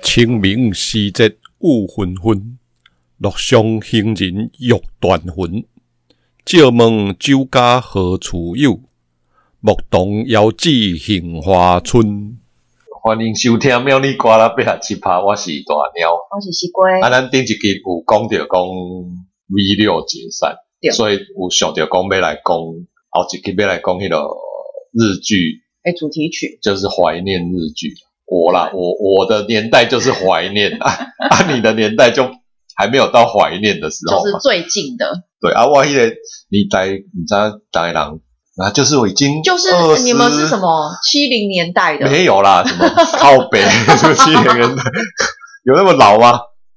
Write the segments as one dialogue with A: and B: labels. A: 清明时节雾纷纷，路上行人欲断魂。借问酒家何处有？牧童遥指杏花村。
B: 欢迎收听《妙丽瓜啦八十七趴》，我是大鸟。
C: 我是西瓜，
B: 啊，咱顶一集有讲到讲 V 六解散
C: 对，
B: 所以有想到讲要来讲，后一集要来讲迄个日剧，
C: 诶、主题曲
B: 就是怀念日剧。我啦，我我的年代就是怀念啦，啊， 你的年代就还没有到怀念的时候
C: 就
B: 嘛。
C: 是最近的，
B: 对啊，我迄、那个你在你知台人啊，就是我已经
C: 就是
B: 20
C: 你们是什么七零年代的？
B: 没有啦，什么靠北， 什么七零年代，有那么老吗？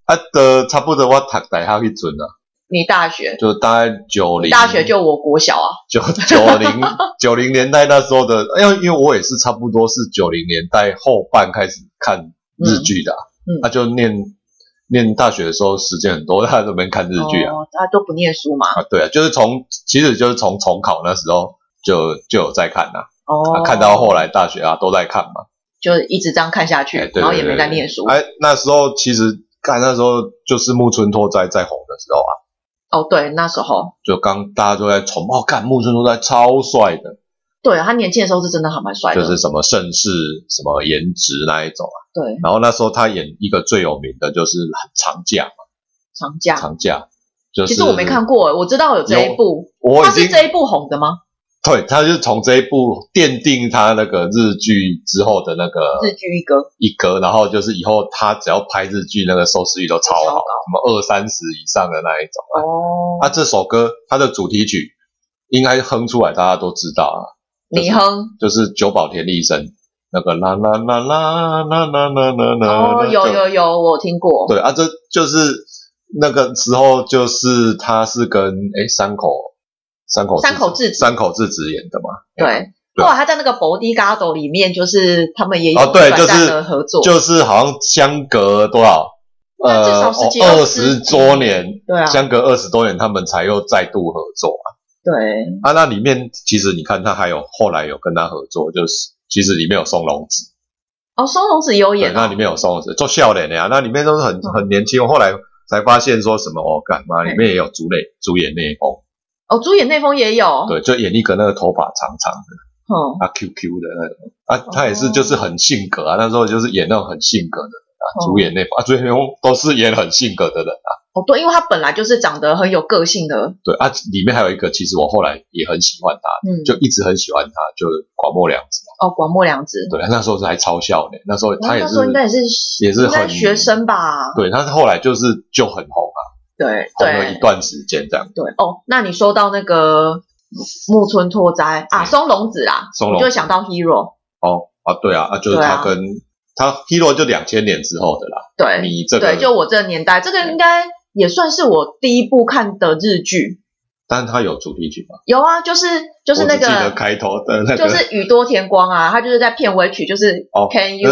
B: 啊的，差不多我读大学迄阵啊，
C: 你大学，
B: 就大概九零，
C: 大学就我国小啊，
B: 九九 零九零年代那时候的，因为因为我也是差不多是九零年代后半开始看日剧的、啊，
C: 嗯嗯
B: 他、就念念大学的时候时间很多， 他都没看日剧啊。
C: 哦，大家都不念书嘛，
B: 啊，对啊，就是从其实就是从重考那时候就就有在看呐、
C: 哦，
B: 啊，看到后来大学啊都在看嘛，
C: 就一直这样看下去，
B: 哎对
C: 哦然后也
B: 对对
C: 没在念书。
B: 哎，那时候其实看那时候就是木村拓哉在红的时候啊，
C: 哦，对，那时候，
B: 就刚大家都在崇哦，看木村拓哉超帅的，
C: 对他年轻的时候是真的还蛮帅的，
B: 就是什么盛世什么颜值那一种啊，
C: 对
B: 然后那时候他演一个最有名的就是长假嘛，
C: 长假。
B: 长假，就是
C: 其实我没看，过，欸我知道有这一部，
B: 我
C: 他
B: 已
C: 是
B: 经
C: 这一部红的吗？
B: 对，他就是从这一部奠定他那个日剧之后的那个
C: 日剧一哥，
B: 一格，然后就是以后他只要拍日剧，那个收视率都超好，
C: 超高
B: 什么二三十以上的那一种啊。
C: 哦，
B: 啊，这首歌它的主题曲应该哼出来，大家都知道啊，
C: 你哼，
B: 就是久保田利生那个啦啦啦啦啦啦啦啦啦，
C: 哦，有
B: 呃就
C: 有有，我听过，
B: 对啊，这就是那个时候，就是他是跟诶山口山口
C: 山口智子
B: 山口智子演的嘛，
C: 对，
B: 对
C: 后来他在那个《博迪嘎斗》里面，就是他们也有
B: 哦对
C: 短
B: 就
C: 暂的
B: 是
C: 合作，
B: 就是好像相隔多少？
C: 那至少
B: 呃，
C: 十几
B: 二
C: 二
B: 十
C: 十
B: 多年，
C: 对啊，
B: 相隔二十多年，他们才又再度合作
C: 对，
B: 啊。啊，那里面其实你看，他还有后来有跟他合作，就是其实里面有松隆子，
C: 哦，松隆子也有
B: 对，
C: 演
B: 那
C: 啊，
B: 里面有松隆子做笑脸的呀，那里面都是很
C: 嗯
B: 很年轻。我后来才发现说什么哦，干嘛里面也有主演主演内功，
C: 哦，主演内丰也有，
B: 对，就演一个那个头发长长的
C: 嗯，
B: 啊 QQ 的那种啊，他也
C: 哦
B: 是就是很性格啊，那时候就是演那种很性格的人啊，
C: 哦
B: 主演内啊，主演内功都是演很性格的人。啊
C: 哦，对，因为他本来就是长得很有个性的，
B: 对啊，里面还有一个，其实我后来也很喜欢他，
C: 嗯，
B: 就一直很喜欢他，就是广末凉子。啊
C: 哦，广末凉子，
B: 对，那时候是还超笑的，那时候他
C: 然后
B: 也
C: 哦那
B: 是
C: 时候应该也是
B: 也是
C: 应该
B: 很
C: 学生吧，
B: 对，他后来就是就很红啊，
C: 对
B: 红了一
C: 对
B: 段时间这样。
C: 对，哦，那你说到那个木村拓哉啊，
B: 嗯
C: 松隆子啦，
B: 松隆
C: 你就会想到 Hero，
B: 哦啊，对啊，啊就是
C: 对
B: 他
C: 啊
B: 跟、他 Hero 就两千年之后的啦。
C: 对
B: 你这个，
C: 对，就我这个年代，这个应该也算是我第一部看的日剧。
B: 但是他有主题曲嘛？
C: 有啊，就是就是那
B: 我只记得
C: 个，
B: 开头的那个，
C: 就是宇多田光啊，他就是在片尾曲，就是
B: 哦嗯
C: Can you，、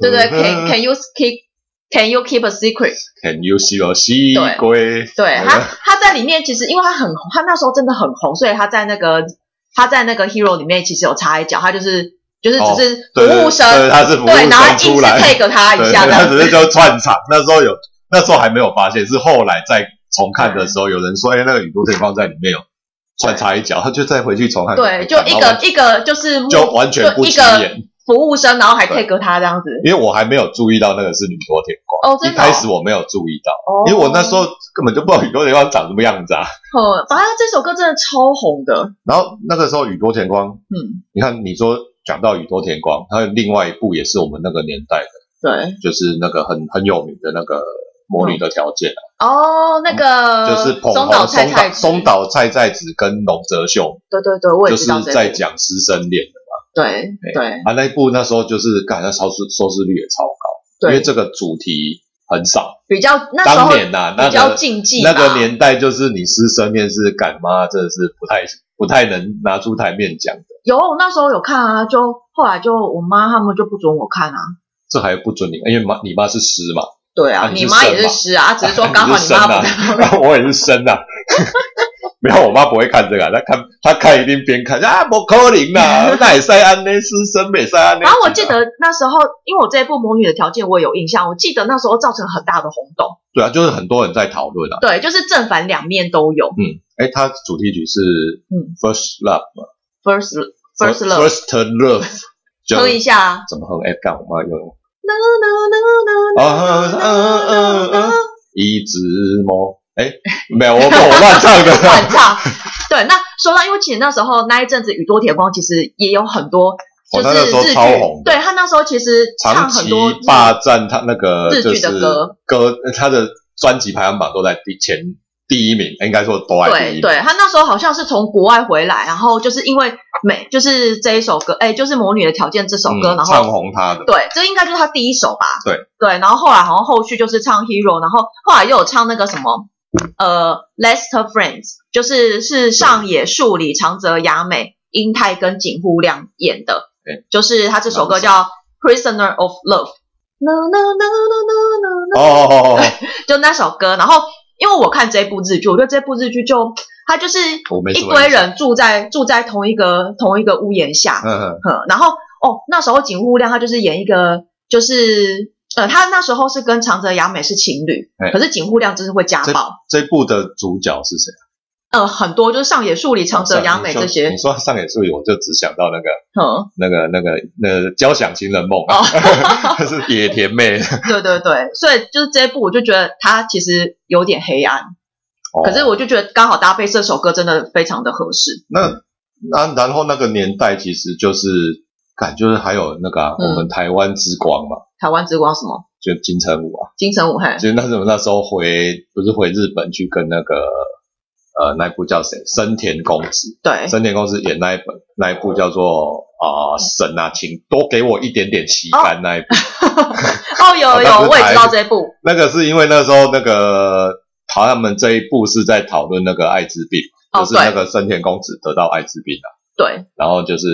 C: 对对，Can Can you keep Can you keep a secret？
B: Can you see a 西龟？
C: 对
B: 那
C: 他
B: 个，
C: 他在里面其实因为他很红，他那时候真的很红，所以他在那个他在那个 Hero 里面其实有插一脚，他就是就是
B: 哦
C: 只是服
B: 对对
C: 务生，
B: 对，他是服务
C: 对，然后
B: 生
C: 硬
B: 出
C: 是
B: 来。
C: take 他一
B: 对，
C: 下
B: 他
C: 的，
B: 只是就串场。那时候有，那时候还没有发现，是后来再重看的时候，有人说，哎、那个宇多田光在里面有穿插一脚，他就再回去重看，
C: 对，就一
B: 然
C: 个
B: 后
C: 一个就是目
B: 就完全不
C: 就一
B: 起
C: 个
B: 眼，
C: 服务生，然后还
B: 对
C: take 他这样子，
B: 因为我还没有注意到那个是宇多田光。
C: 哦，真
B: 一
C: 的哦、
B: 开始我没有注意到，
C: 哦，
B: 因为我那时候根本就不知道宇多田光长什么样子啊。
C: 嗯，反正这首歌真的超红的，
B: 然后那个时候宇多田光，
C: 嗯，
B: 你看你说讲到宇多田光，他有另外一部也是我们那个年代的，
C: 对。
B: 就是那个很很有名的那个《魔女的条件》啊
C: 哦，那个
B: 嗯就是捧
C: 松
B: 红
C: 岛
B: 松
C: 菜菜
B: 岛
C: 子
B: 松，岛菜菜子跟龙泽秀，
C: 对对对，我也
B: 就
C: 知道
B: 是
C: 这
B: 在
C: 部
B: 讲师生恋的
C: 对对
B: 啊。那一部那时候就是感觉收视收视率也超高，因为
C: 对，
B: 这个主题很少。
C: 比较那时
B: 当
C: 候
B: 年呐、那
C: 比较
B: 个
C: 禁忌
B: 那
C: 吧，
B: 个年代，就是你师生恋是干妈，真的是不太不太能拿出台面讲的。
C: 有我那时候有看啊，就后来就我妈他们就不准我看啊。
B: 这还不准你，因为妈你妈是师嘛，
C: 对 啊，
B: 啊你
C: 你
B: 是
C: 妈
B: 生
C: 也是
B: 嘛
C: 师啊，只是说刚好
B: 你是
C: 你妈
B: 生啊
C: 不在。
B: 我也是生啊，没有，我妈不会看这个啊，她看她看一定边看啊，不可能 啦，那也塞安内斯生美塞安内斯啊。
C: 然后我记得那时候，因为我这一部《魔女的条件》我有印象，我记得那时候造成很大的轰动。
B: 对啊，就是很多人在讨论啊。
C: 对，就是正反两面都有。
B: 哎，它主题曲是
C: 嗯
B: First Love 嘛
C: First First Love，
B: First Love，就
C: 哼一下啊。
B: 怎么哼？哎，干我妈用
C: No
B: 啊啊
C: no no no no
B: 啊
C: no
B: 啊
C: no。！
B: 一直梦。哎，没有，我我乱唱的。
C: 乱唱。对，那说到，因为其实那时候那一阵子宇多田光其实也有很多，
B: 哦
C: 就
B: 他那
C: 是
B: 时候
C: 日剧，
B: 超红的
C: 对他那时候其实唱
B: 长
C: 很
B: 期
C: 多日
B: 霸占他那个
C: 日
B: 就
C: 剧
B: 是
C: 的歌
B: 歌，他的专辑排行榜都在第前第一名，应该说都在第一名。
C: 对对，他那时候好像是从国外回来，然后就是因为美，就是这一首歌，哎，就是《魔女的条件》这首歌，
B: 嗯
C: 然
B: 唱
C: 后
B: 红他的。
C: 对，这应该就是他第一首吧？
B: 对
C: 对，然后后来好像后续就是唱 Hero，然后后来又有唱那个什么。呃，Lester Friends 就是是上野树里、长泽雅美、英泰跟井户亮演的
B: 对，
C: 就是他这首歌叫《Prisoner of Love》，no no no no no no，
B: 哦哦哦哦哦，
C: 就那首歌。然后因为我看这部日剧，我觉得这部日剧就它就是
B: 我没什
C: 一
B: 么印
C: 堆
B: 象
C: 人住在住在同一个同一个屋檐下，
B: 嗯嗯，
C: 嗯，然后哦那时候井户亮他就是演一个就是。呃，他那时候是跟长泽雅美是情侣
B: 哎，
C: 可是井户亮就是会家暴，
B: 这部的主角是谁？
C: 呃，很多就是上野树里、长泽雅美这些
B: 你，说你说上野树里，我就只想到那个
C: 嗯，
B: 那个那个那个交响情人梦啊，是野田妹。
C: 对对对，所以就是这一部我就觉得他其实有点黑暗，
B: 哦
C: 可是我就觉得刚好搭配这首歌真的非常的合适，
B: 那那然后那个年代其实就是感就是还有那个啊
C: 嗯
B: 我们台湾之光嘛，
C: 台湾之光什么
B: 就金城武啊。
C: 金城武嘿，
B: 其实那时候那时候回不是回日本去跟那个呃那一部叫谁森田公子，
C: 对，
B: 森田公子演那一本那一部叫做啊、神啊，请多给我一点点旗杆那一部。
C: 哦，有
B: 那不
C: 有，
B: 是
C: 我也
B: 台
C: 知道这一部，
B: 那个是因为那时候那个他们这一部是在讨论那个艾滋病，
C: 哦
B: 就是那个森田公子得到艾滋病了、
C: 对
B: 然后就是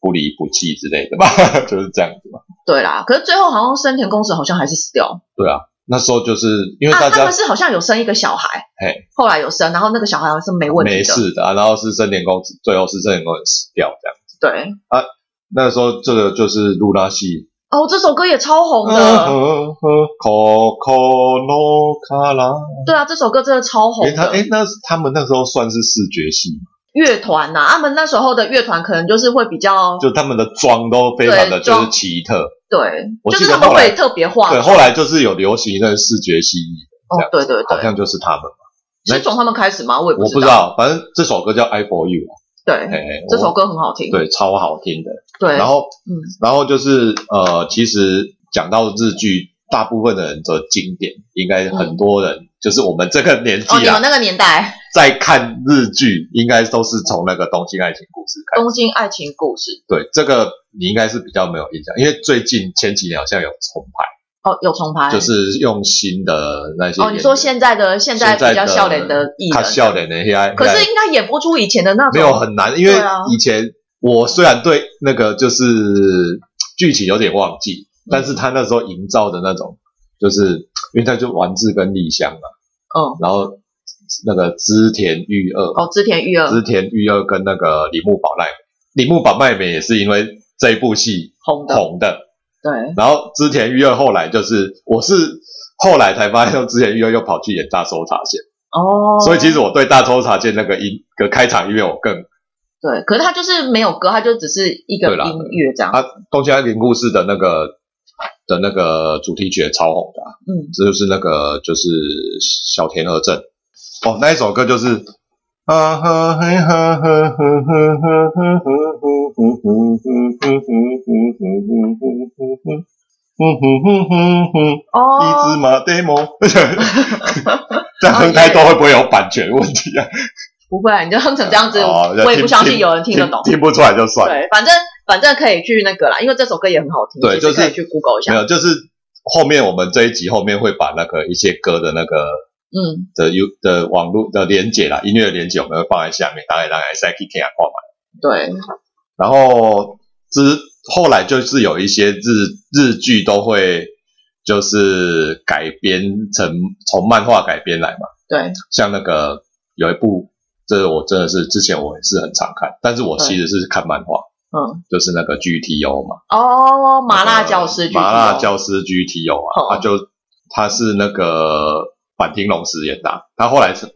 B: 不离不弃之类的嘛， 就是这样子嘛。
C: 对啦。可是最后好像生田公子好像还是死掉
B: 对啊，那时候就是因为
C: 啊，
B: 大
C: 他
B: 家
C: 们是好像有生一个小孩
B: 嘿，
C: 后来有生，然后那个小孩好像是没问
B: 没
C: 题的，
B: 事的啊，然后是森田公子，最后是森田公子死掉这样。
C: 对。
B: 那时候这个就是露拉系。
C: 哦，这首歌也超红
B: 嗯
C: 的，
B: Coco no cara，
C: 对啊，这首歌真的超红
B: 哎，他
C: 的
B: 哎，那他们那时候算是视觉系嘛，
C: 乐团呐，啊他们那时候的乐团可能就是会比较
B: 就他们的妆都非常的
C: 对
B: 就是
C: 妆
B: 奇特。
C: 对，
B: 我
C: 就
B: 记
C: 是
B: 得
C: 他们
B: 后来
C: 会特别画
B: 对，后来就是有流行一阵视觉系艺，
C: 哦，对对
B: 好
C: 对，
B: 像就是他们嘛。
C: 是从他们开始吗？我也
B: 我不知
C: 知道，
B: 道，反正这首歌叫《I for You》，
C: 对，
B: 哎，
C: 这首
B: 我
C: 歌很好听，
B: 对超好听的。
C: 对，
B: 然后
C: 嗯，
B: 然后就是呃，其实讲到日剧，大部分的人的经典，应该很多人就是我们这个年
C: 哦，
B: 纪
C: 你
B: 啊
C: 们，那个年代，
B: 在看日剧，应该都是从那个《东京爱情故事》
C: 《
B: 开始。
C: 东京爱情故事》
B: 对，这个你应该是比较没有印象，因为最近前几年好像有重拍，
C: 哦，有重拍，
B: 就是用新的那些演
C: 哦，
B: 员。
C: 你说现在的现在比较笑脸的艺
B: 他
C: 人，
B: 笑脸的 AI，
C: 可是应该演不出以前的那种，
B: 没有很难，因为
C: 对啊
B: 以前我虽然对那个就是剧情有点忘记，但是他那时候营造的那种，就是因为他就丸子跟丽香嘛，
C: 嗯，
B: 然后那个织田裕二，
C: 哦，织田裕二
B: 织田裕二跟那个铃木保奈美，铃木保奈美也是因为这一部戏
C: 红的，
B: 红的。
C: 对，
B: 然后织田裕二后来就是，我是后来才发现，织田裕二又跑去演大搜查线，
C: 哦，
B: 所以其实我对大搜查线那个音个开场音乐我更
C: 对，可是他就是没有歌，他就只是一个
B: 对啦
C: 音乐这样，
B: 啊，东京爱情故事的那个的那个主题曲也超红的啊、
C: 嗯，
B: 这就是那个就是小田和正哦，那一首歌就是。啊哈嘿哈哈哈哈哈哈哈哈哈哈哈哈一
C: 哦
B: 只，马 demo，这样哼太多会不会有版权问题啊？
C: 不会啊，你就哼成这样子，
B: 哦
C: 我也不相信有人听得懂，
B: 听不出来就算了。
C: 对，反正反正可以去那个啦，因为这首歌也很好听，
B: 对
C: 其
B: 就
C: 实
B: 是
C: 可以去 Google 一
B: 没
C: 下，
B: 有，就是后面我们这一集后面会把那个一些歌的那个
C: 嗯，
B: 的 U 的网络的连接啦，音乐的连接我们会放在下面，大家大家再去听下购买。
C: 对，
B: 然后之后来就是有一些日日剧都会就是改编成从漫画改编来嘛，
C: 对，
B: 像那个有一部这个我真的是之前我也是很常看，但是我
C: 对
B: 其实是看漫画，
C: 嗯，
B: 就是那个 GTO 嘛，
C: 哦，麻辣教师
B: 呃
C: 剧，
B: 麻辣教师 GTO
C: 哦
B: 啊，他就他是那个坂田龙饰演的啊，他后来是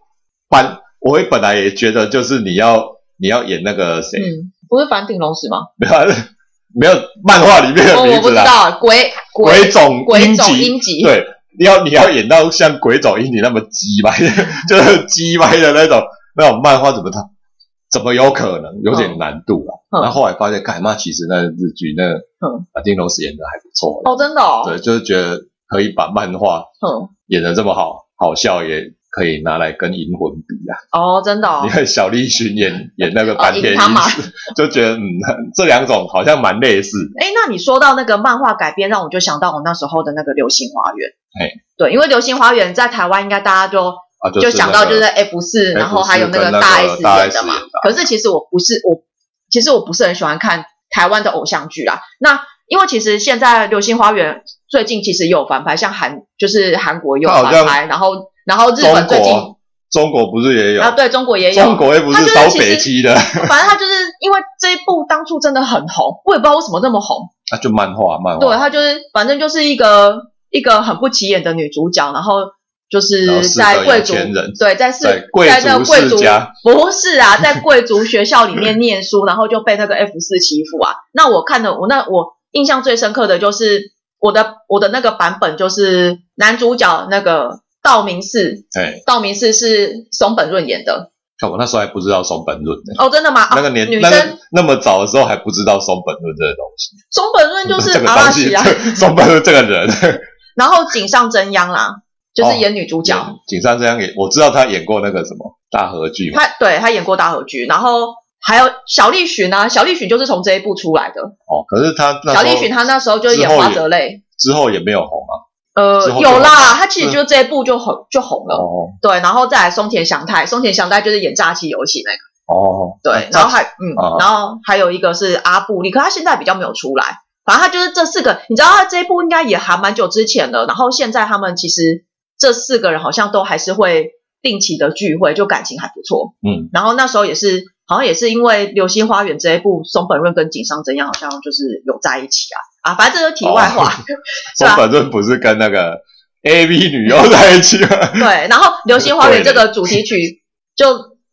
B: 坂，我也本来也觉得就是你要你要演那个谁，
C: 嗯，不是反町隆史吗？
B: 没有漫画里面的
C: 哦，我
B: 名字
C: 不知
B: 啦，
C: 道，鬼
B: 鬼冢
C: 鬼
B: 英
C: 冢
B: 吉，
C: 英吉，
B: 对，你要你要演到像鬼冢英吉那么鸡掰， 就是鸡掰的那种那种漫画，怎么他怎么有可能？有点难度啦。
C: 嗯
B: 然后后来发现，干妈其实那日剧那
C: 嗯
B: 马丁龙斯演的还不错的，
C: 哦，真的哦，
B: 对，就是觉得可以把漫画
C: 嗯，
B: 演的这么好，好笑也可以拿来跟《银魂》比啊。
C: 哦，真的哦
B: 你，看小栗旬 演演那个坂田
C: 哦
B: 银
C: 他嘛
B: 时，就觉得嗯，这两种好像蛮类似。
C: 哎，那你说到那个漫画改编，让我就想到我那时候的那个《流星花园》。
B: 嘿
C: 对，因为《流星花园》在台湾应该大家就
B: 啊，
C: 就想到
B: 那
C: 就
B: 个
C: 是 F 四，然后还有
B: 跟
C: 个
B: 那个
C: 大
B: 大
C: 演
B: S
C: 的嘛
B: 演的啊。
C: 可是其实我不是我，其实我不是很喜欢看台湾的偶像剧啦。那因为其实现在《流星花园》最近其实也有翻拍，像韩就是韩国也有
B: 它好
C: 翻
B: 像
C: 拍，然后然后日
B: 中
C: 本最近
B: 国，中国不是也有
C: 啊？对中国也有，
B: 中国又不
C: 他
B: 是
C: 就是
B: 烧
C: 其实
B: 北七的，
C: 反正他就是因为这一部当初真的很红，我也不知道为什么那么红。
B: 那啊就漫画漫
C: 对，
B: 画，
C: 她就是反正就是一个一个很不起眼的女主角，然后就是
B: 然后是
C: 在
B: 个
C: 贵
B: 有
C: 族
B: 钱人
C: 对，在是
B: 在贵
C: 在那
B: 族
C: 贵
B: 世
C: 族
B: 家
C: 不是啊，在贵族学校里面念书，然后就被那个 F 四欺负啊。那我看的我那我印象最深刻的就是我的我的那个版本就是男主角那个道明寺，
B: 哎，
C: 道明寺是松本润演的
B: 看我那时候还不知道松本润呢，
C: 哦，真的吗？啊
B: 那个年
C: 女
B: 那
C: 生
B: 个那么早的时候还不知道松本润这个东西，
C: 松本润就是
B: 这个
C: 阿拉
B: 东西
C: 奇啊，，
B: 松本润这个人，
C: 然后井上真央啦，就是
B: 哦
C: 演女主角。
B: 演 井上这样演，我知道他演过那个什么大河剧嘛，
C: 他对他演过大和剧，然后还有小栗旬啊，小栗旬就是从这一部出来的。
B: 哦，可是他那
C: 小栗
B: 时
C: 旬
B: 候
C: 他那时候就是演
B: 之后也
C: 花泽类，
B: 之后也没有红啊，
C: 呃
B: 之，后就
C: 有啦，
B: 红嗯
C: 他其实就这一部就红就红了。
B: 哦
C: 对，然后再来松田翔太，松田翔太就是演诈欺游戏那个。
B: 哦，
C: 对，然后还嗯，
B: 哦
C: 然后还有一个是阿布利，可他现在比较没有出来。反正他就是这四个，你知道他这一部应该也还蛮久之前了。然后现在他们其实这四个人好像都还是会定期的聚会，就感情还不错。
B: 嗯，
C: 然后那时候也是，好像也是因为《流星花园》这一部，松本润跟井上真央好像就是有在一起啊啊，反正这是题外
B: 哦
C: 话。是
B: 松
C: 吧
B: 本润不是跟那个 A V 女优在一起吗？
C: 对，然后《流星花园》这个主题曲就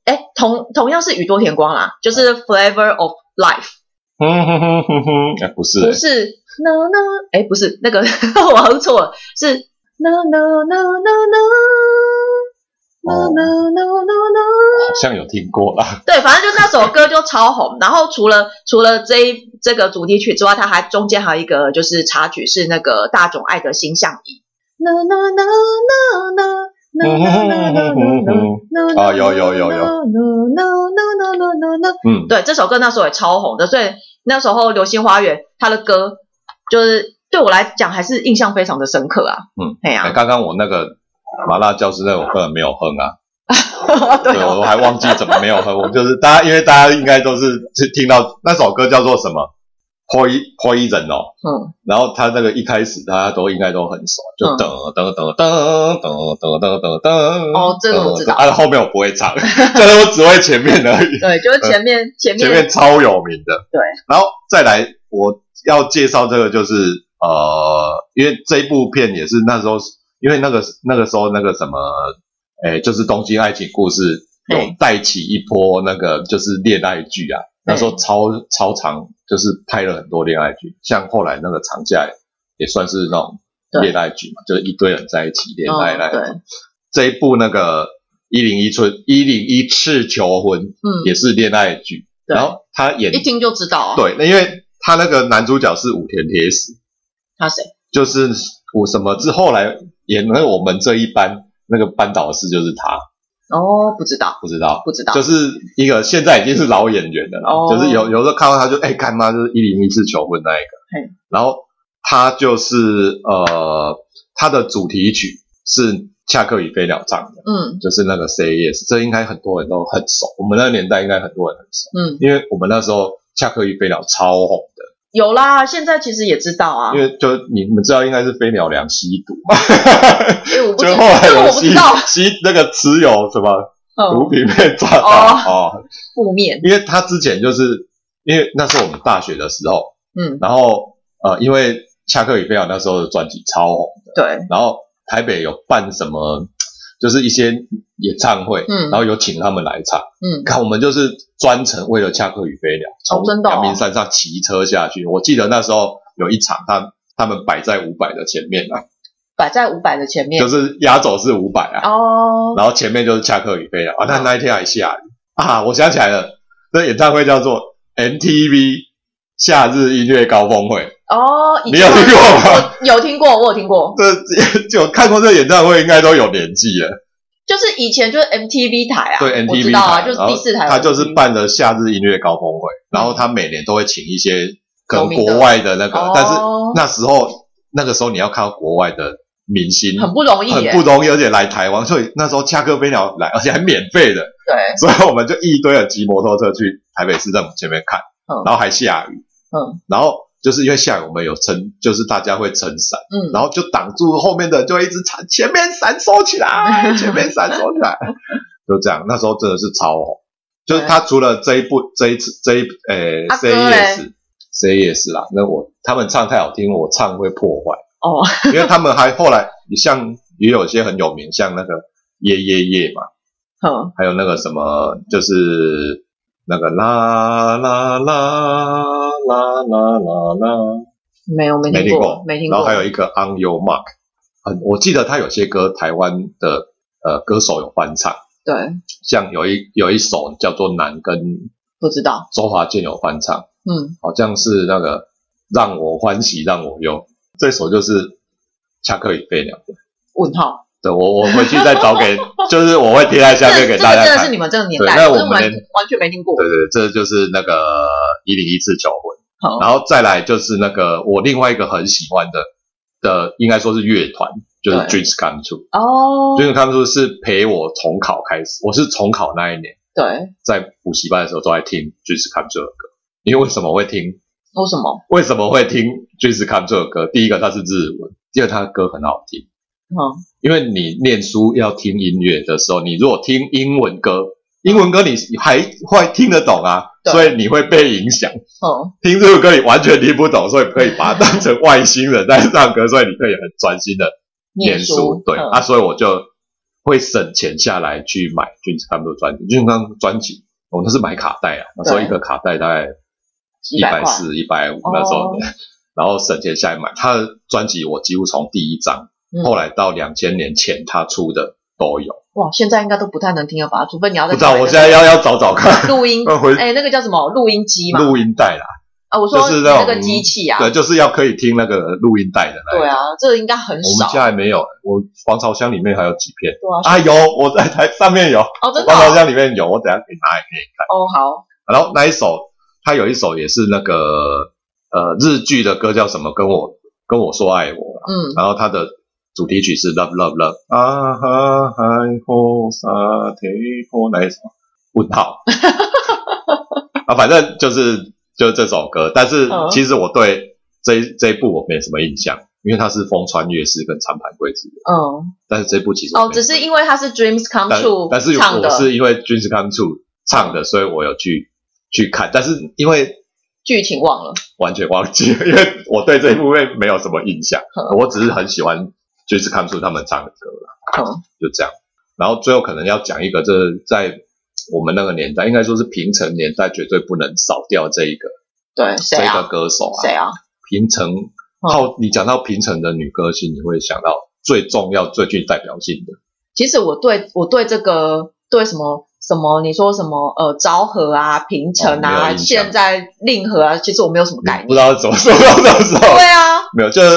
C: 哎同同样是宇多田光啦，就是《Flavor of Life
B: 哼
C: 嗯
B: 哼哼哼哼，哎不》，是
C: 不是呢呢，哎不是那个我好错了，是呢呢呢呢呢。No no no no no！
B: 好像有听过啦，
C: 对，反正就那首歌就超红。然后除了除了这一这个主题曲之外，它还中间还有一个就是插曲是那个大冢爱的新相依。啦啦啦嗯啦啦啦啦啦啦啦啦
B: 啊有有有有
C: 啦啦啦啦啦啦啦。
B: 嗯，
C: 对，这首歌那时候也超红的，所以那时候《流星花园》它的歌就是对我来讲还是印象非常的深刻啊。
B: 嗯，
C: 哎
B: 哎
C: 呀，
B: 刚刚我那个麻辣教师那个我根本没有哼啊，
C: 对
B: 对，我
C: 哦，
B: 还忘记怎么没有哼，我就是大家，因为大家应该都是是听到那首歌叫做什么《破一破一人》哦，
C: 嗯，
B: 然后他那个一开始大家都应该都很熟，就
C: 嗯
B: 噔噔噔噔噔噔噔噔噔，
C: 哦这个我知道
B: 噔啊，后面我不会 唱，就是我只会前面而已，
C: 对，就是前面前
B: 呃前
C: 面
B: 面超有名的，
C: 对，
B: 然后再来我要介绍这个就是呃，因为这一部片也是那时候，因为那个那个时候那个什么，哎，就是《东京爱情故事》
C: 哎
B: 有带起一波那个就是恋爱剧啊，那时候超超长，就是拍了很多恋爱剧，像后来那个长假也算是那种
C: 对
B: 恋爱剧嘛，就是一堆人在一起恋爱
C: 嗯
B: 那一
C: 对
B: 种。这一部那个一零一春一零一次求婚
C: 嗯，
B: 也是恋爱剧，
C: 对
B: 然后他演
C: 一听就知道啊。，
B: 对，那因为他那个男主角是武田铁矢，
C: 他谁？
B: 就是我什么之后来演那我们这一班那个班导师就是他，
C: 哦，不知道，
B: 不知道，
C: 不知道，
B: 就是一个现在已经是老演员的了，
C: 哦
B: 就是有有时候看到他就哎干妈就是一零一次求婚那一
C: 嘿
B: 个，然后他就是呃他的主题曲是恰克与飞鸟唱的，
C: 嗯
B: 就是那个 Say Yes，这应该很多人都很熟，我们那个年代应该很多人很熟，
C: 嗯，
B: 因为我们那时候恰克与飞鸟超红的。
C: 有啦，现在其实也知道啊，
B: 因
C: 因
B: 为就你们知道，应该是飞鸟粮吸毒嘛，
C: 哎为我不知
B: 就
C: 道，
B: 后来
C: 这个
B: 有
C: 我不
B: 吸
C: 知道，
B: 吸那个持有什么毒
C: 嗯，
B: 品被抓到哦，
C: 负面，
B: 因为他之前就是因为那是我们大学的时候，
C: 嗯，
B: 然后呃，因为恰克与贝尔那时候的专辑超红，
C: 对，
B: 然后台北有办什么，就是一些演唱会，
C: 嗯
B: 然后有请他们来唱。
C: 嗯，
B: 看我们就是专程为了恰克与飞鸟，从
C: 真的哦
B: 阳明山上骑车下去。我记得那时候有一场他，他们摆在五百的前面啊，
C: 摆在五百的前面
B: 就。是压轴是五百啊，
C: 哦，
B: 然后前面就是恰克与飞鸟啊。那那一天还下雨啊，我想起来了，这演唱会叫做 MTV 夏日音乐高峰会。
C: 哦，
B: 你有听过吗
C: 我有听过，我有听过，
B: 这 就看过这演唱会，应该都有年纪了。
C: 就是以前就是 MTV 台啊，
B: 对
C: 我知
B: NTV
C: 道啊，
B: 台，
C: 就是
B: 然后
C: 第四台，
B: 他就是办的夏日音乐高峰会，然后他每年都会请一些可能
C: 有名的
B: 国外的那个
C: 哦，
B: 但是那时候那个时候你要看到国外的明星
C: 很不容易
B: 很
C: 耶，
B: 不容易，而且来台湾，所以那时候恰克飞鸟来，而且还免费的，
C: 对，
B: 所以我们就一堆人骑摩托车去台北市政府前面看
C: 嗯，
B: 然后还下雨，
C: 嗯
B: 然后就是因为下雨，我们有撑，就是大家会撑伞。
C: 嗯，
B: 然后就挡住后面的人，就一直闪，前面闪烁起 来，前面闪烁起来，就这样。那时候真的是超红，就是他除了这一部、这一次、这一呃
C: 阿哥
B: C
C: 嘞
B: S C S 啦，那我他们唱太好听，我唱会破坏，
C: 哦，
B: 因为他们还后来你像也有一些很有名，像那个耶耶耶嘛，
C: 哼，
B: 还有那个什么就是。那个啦啦啦啦啦啦啦，
C: 没有没
B: 没
C: 听
B: 听
C: 过
B: 过，，
C: 没听过，
B: 然后还有一个 On Your Mark，很我记得他有些歌台湾的呃歌手有翻唱，
C: 对，
B: 像有一有一首叫做《难》跟
C: 不知道，
B: 周华健有翻唱，
C: 嗯，
B: 好像是那个让我欢喜让我忧这首就是恰克与飞鸟的。
C: 问号，
B: 对我我回去再找 给，就是我会贴在下面给
C: 这
B: 大
C: 个
B: 家
C: 真的是
B: 看。
C: 你们这个年
B: 对
C: 代，
B: 那
C: 我
B: 我
C: 是
B: 们
C: 完
B: 的
C: 完全没听过，
B: 对对，这就是那个一零一次求婚，
C: 好，
B: 然后再来就是那个我另外一个很喜欢的的，应该说是乐团，就是
C: 对
B: Dreams Come True。
C: 哦，
B: 就是他们说是陪我重考开始，我是重考那一年
C: 对，
B: 在补习班的时候都在听 Dreams Come True 的歌，因为为什么会听？
C: 为什么？
B: 为什么会听 Dreams Come True 的歌？第一个它是日文，第二它的歌很好听。
C: 嗯，
B: 因为你念书要听音乐的时候，你如果听英文歌，英文歌你还会听得懂啊，
C: 对
B: 所以你会被影响。
C: 哦，
B: 听这首歌你完全听不懂，所以可以把它当成外星人在唱歌，所以你可以很专心的念
C: 书，
B: 对、
C: 嗯
B: 啊，所以我就会省钱下来去买俊士康的专辑，俊士康专辑我那是买卡带啊，那时候
C: 对
B: 一个卡带大概
C: 几
B: 一
C: 百
B: 百
C: 块
B: 四、一百五那时候，
C: 哦
B: 然后省钱下来买他的专辑，我几乎从第一张、
C: 嗯
B: 后来到两千年前他出的都有，
C: 哇，现在应该都不太能听了吧？除非你要
B: 不
C: 再
B: 知道
C: 买
B: 我
C: 那
B: 现在
C: 个
B: 要要找找看，
C: 录 音，
B: 要回
C: 哎，那个叫什么录音机嘛？
B: 录音带啦，
C: 啊，我说
B: 就是
C: 你
B: 那
C: 那
B: 种
C: 个机器啊，
B: 对，就是要可以听那个录音带的那一种
C: 对啊，这个应该很
B: 我们
C: 少，
B: 家还没有，我防潮箱里面还有几片
C: 对啊，
B: 啊，有我在台上面有，
C: 哦，真的
B: 防
C: 哦
B: 潮箱里面有，我等一下可以拿来给你看。
C: 哦，好，
B: 然后那一首，他有一首也是那个呃日剧的歌叫什么？跟我跟我说爱我啦，
C: 嗯，
B: 然后它的主题曲是 Love Love Love 啊哈海吼沙提吼那一首问 号啊，反正就是就是这首歌，但是
C: 嗯
B: 其实我对这一这一部我没什么印象，因为它是风川月是跟长盘贵子的。
C: 嗯，
B: 但是这部其实我
C: 哦，
B: 没
C: 只是因为它是 Dreams Come
B: 但
C: True
B: 但是
C: 唱的
B: 我是因为 Dreams Come True 唱的，所以我有去去看，但是因为
C: 剧情忘了，
B: 完全忘记，因为我对这一部分没有什么印 象
C: 嗯，
B: 我只是很喜欢 Dreams Come True 他们唱的歌啦，
C: 嗯
B: 就这样。然后最后可能要讲一个，这在我们那个年代，应该说是平成年代，绝对不能少掉这一个、
C: 对，
B: 这
C: 谁
B: 个
C: 啊？
B: 歌手
C: 谁
B: 啊。
C: 嗯啊？
B: 平成好，你讲到平成的女歌星，你会想到最重要、最具代表性的。
C: 其实我对我对这个对什么什么你说什么呃昭和啊平成
B: 哦没有
C: 啊
B: 印象
C: 现在令和啊，其实我没有什么概
B: 不
C: 念。
B: 知道怎么说到什么时候
C: 对。啊，
B: 没有，就是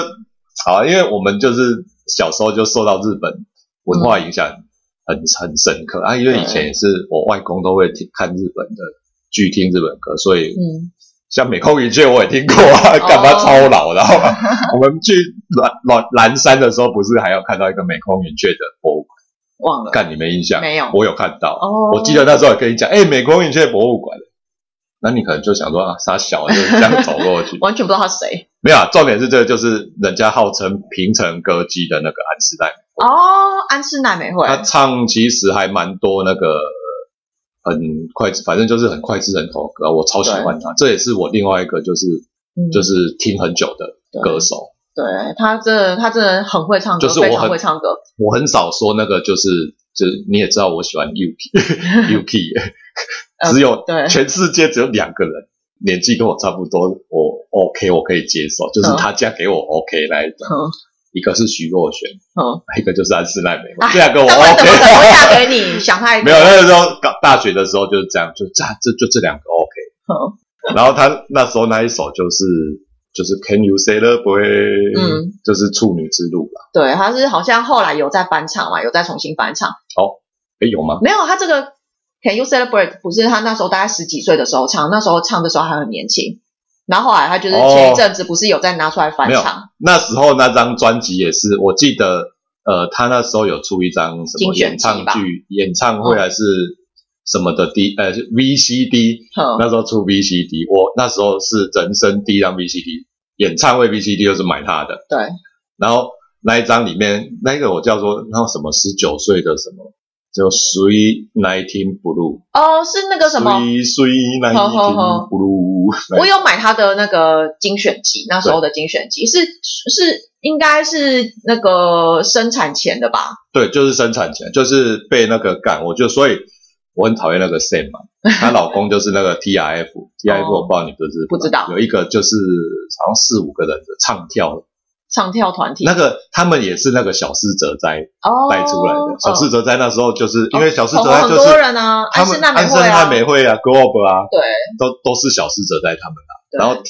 B: 好，啊因为我们就是小时候就受到日本文化影响很、很深刻啊，因为以前也是我外公都会听看日本的剧，听日本歌，所以
C: 嗯，
B: 像美空云雀我也听过啊， 干嘛超老的？然后 我们去蓝蓝蓝山的时候，不是还有看到一个美空云雀的博物馆？
C: 忘了
B: 看你没印象？
C: 没有
B: 我有看到，
C: 哦，
B: 我记得那时候也跟你讲，哎、美空云雀博物馆。那你可能就想说啊，傻小就是这样走过去，
C: 完全不知道他是谁，
B: 没有、啊，重点是这个就是人家号称平成歌姬的那个安室奈美，
C: 哦，安室奈美惠，
B: 他唱其实还蛮多那个呃很脍炙，反正就是很脍炙人口的歌，我超喜欢他。这也是我另外一个就是
C: 嗯
B: 就是听很久的歌手。
C: 对他真的，他真的很会唱歌，
B: 就是我
C: 非
B: 很
C: 常会唱歌。
B: 我很少说那个就是就是你也知道我喜欢 Yuki Yuki，
C: 呃
B: 只有
C: 对
B: 全世界只有两个人年纪跟我差不多，我 OK 我可以接受，就是
C: 嗯
B: 他嫁给我 OK 来的，
C: 嗯
B: 一个是徐若瑄，
C: 嗯，
B: 一个就是安室奈美惠
C: 哎，
B: 这啊两个我
C: 那我
B: OK
C: 怎么。可能会嫁给你？想太多。
B: 没有，那个时候搞大学的时候就是这样，就这这就这两个 OK。
C: 嗯
B: 然后他那时候那一首就是就是 Can You Say Love Boy，
C: 嗯，
B: 就是处女之路啦。
C: 对，他是好像后来有在翻唱嘛，有在重新翻唱。
B: 诶，有吗？
C: 没有，他这个 Can You Celebrate 不是他那时候大概十几岁的时候唱，那时候唱的时候还很年轻。然后后来他就是
B: 哦
C: 前一阵子不是有再拿出来翻
B: 没有
C: 唱，
B: 那时候那张专辑也是，我记得呃，他那时候有出一张什
C: 精
B: 么
C: 选
B: 演
C: 集吧
B: 唱剧、演唱会还是什么的 D 呃是 VCD，
C: 嗯
B: 那时候出 VCD，我那时候是人生第一张 VCD，演唱会 VCD 就是买他的。
C: 对，
B: 然后那一张里面那个我叫做那什么十九岁的什么，就 Sweet Nineteen Blue，
C: 哦，是那个什么，
B: Sweet Sweet
C: 好好好
B: Nineteen Blue，
C: 我有买他的那个精选集，那时候的精选集是是应该是那个生产前的吧？
B: 对，就是生产前，就是被那个干，我就所以我很讨厌那个 Sam 嘛，她老公就是那个 T R F，T R F 我不知道你不知
C: 哦不知道
B: 有一个就是好像四五个人的唱跳，
C: 唱跳团体
B: 那个他们也是那个小四哲哉
C: 哦
B: 带出来的，小四哲哉那时候就是因为小四
C: 红
B: 哲
C: 红
B: 哉
C: 很
B: 就
C: 多
B: 是
C: 人啊，
B: 他
C: 安室
B: 们
C: 奈美
B: 安室
C: 惠啊，
B: 奈美惠啊，Grow Up 啊，
C: 对，
B: 都都是小四哲哉他们啊，
C: 对
B: 然后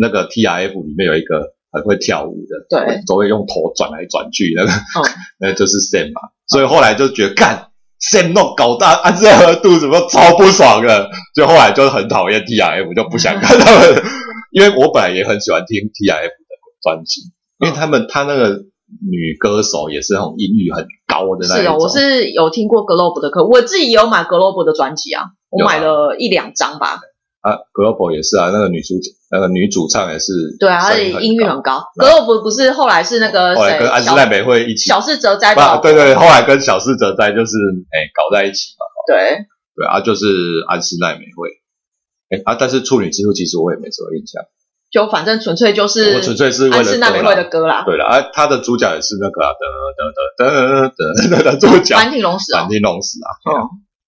B: 那个 T R F 里面有一个很会跳舞的，
C: 对，嗯
B: 都会用头转来转去，那个、 那就是 Sam 嘛，所以后来就觉得干 Sam 弄搞大啊安室和肚子，我超不爽的，所以后来就很讨厌 T R F，就不想看他们，因为我本来也很喜欢听 T R F 的专辑，因为他们他那个女歌手也是那种音域很高的那一
C: 是哦，
B: 种，
C: 我是有听过 Globe 的歌，我自己也有买 Globe 的专辑啊，我
B: 有啊
C: 买了一两张吧。
B: 啊 Global 也是啊，那个女主那个女主唱也是，
C: 对啊，他的
B: 声音很
C: 音域
B: 高
C: 很高。
B: 对
C: Globe 不是后来是那个
B: 后来
C: 谁
B: 跟安室
C: 小
B: 奈美惠一起
C: 小室哲哉的
B: 不，
C: 老
B: 对对对，后来跟小四哲哉就是哎、搞在一起嘛，
C: 对
B: 对啊，就是安室奈美惠，哎、啊，但是处女之路其实我也没什么印象，
C: 就反正纯粹就
B: 我
C: 是
B: 纯粹是为了
C: 安室奈美惠的
B: 歌啦
C: 歌
B: 对
C: 啦，
B: 了啊，他的主角也是那个啊的的的的的的主角
C: 坂井龙史
B: 坂
C: 哦。
B: 田龙史啊，对啊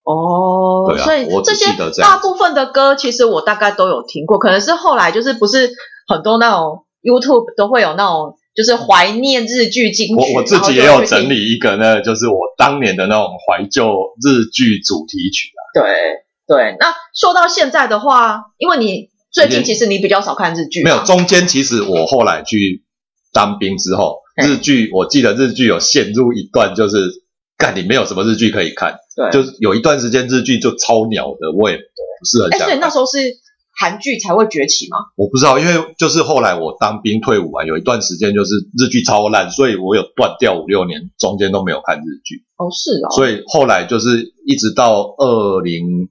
C: 哦，
B: 对啊
C: 所以
B: 我只
C: 这些
B: 记得这样
C: 大部分的歌其实我大概都有听过，可能是后来就是不是很多那种 YouTube 都会有那种就是怀念日剧金曲，
B: 我我自己也
C: 然
B: 有
C: 后就去听
B: 整理一个呢，就是我当年的那种怀旧日剧主题曲啊，
C: 对对，那说到现在的话，因为你最近其实你比较少看日剧，
B: 没有，，中间其实我后来去当兵之后，
C: 嘿
B: 日剧我记得日剧有陷入一段就是。干，你没有什么日剧可以看，
C: 对，
B: 就是有一段时间日剧就超鸟的，我也不是很
C: 哎，
B: 想
C: 所以
B: 看。
C: 那时候是韩剧才会崛起嘛？
B: 我不知道，因为就是后来我当兵退伍完，有一段时间就是日剧超烂，所以我有断掉五六年，中间都没有看日剧，
C: 哦，是哦，以
B: 所以后来就是一直到二零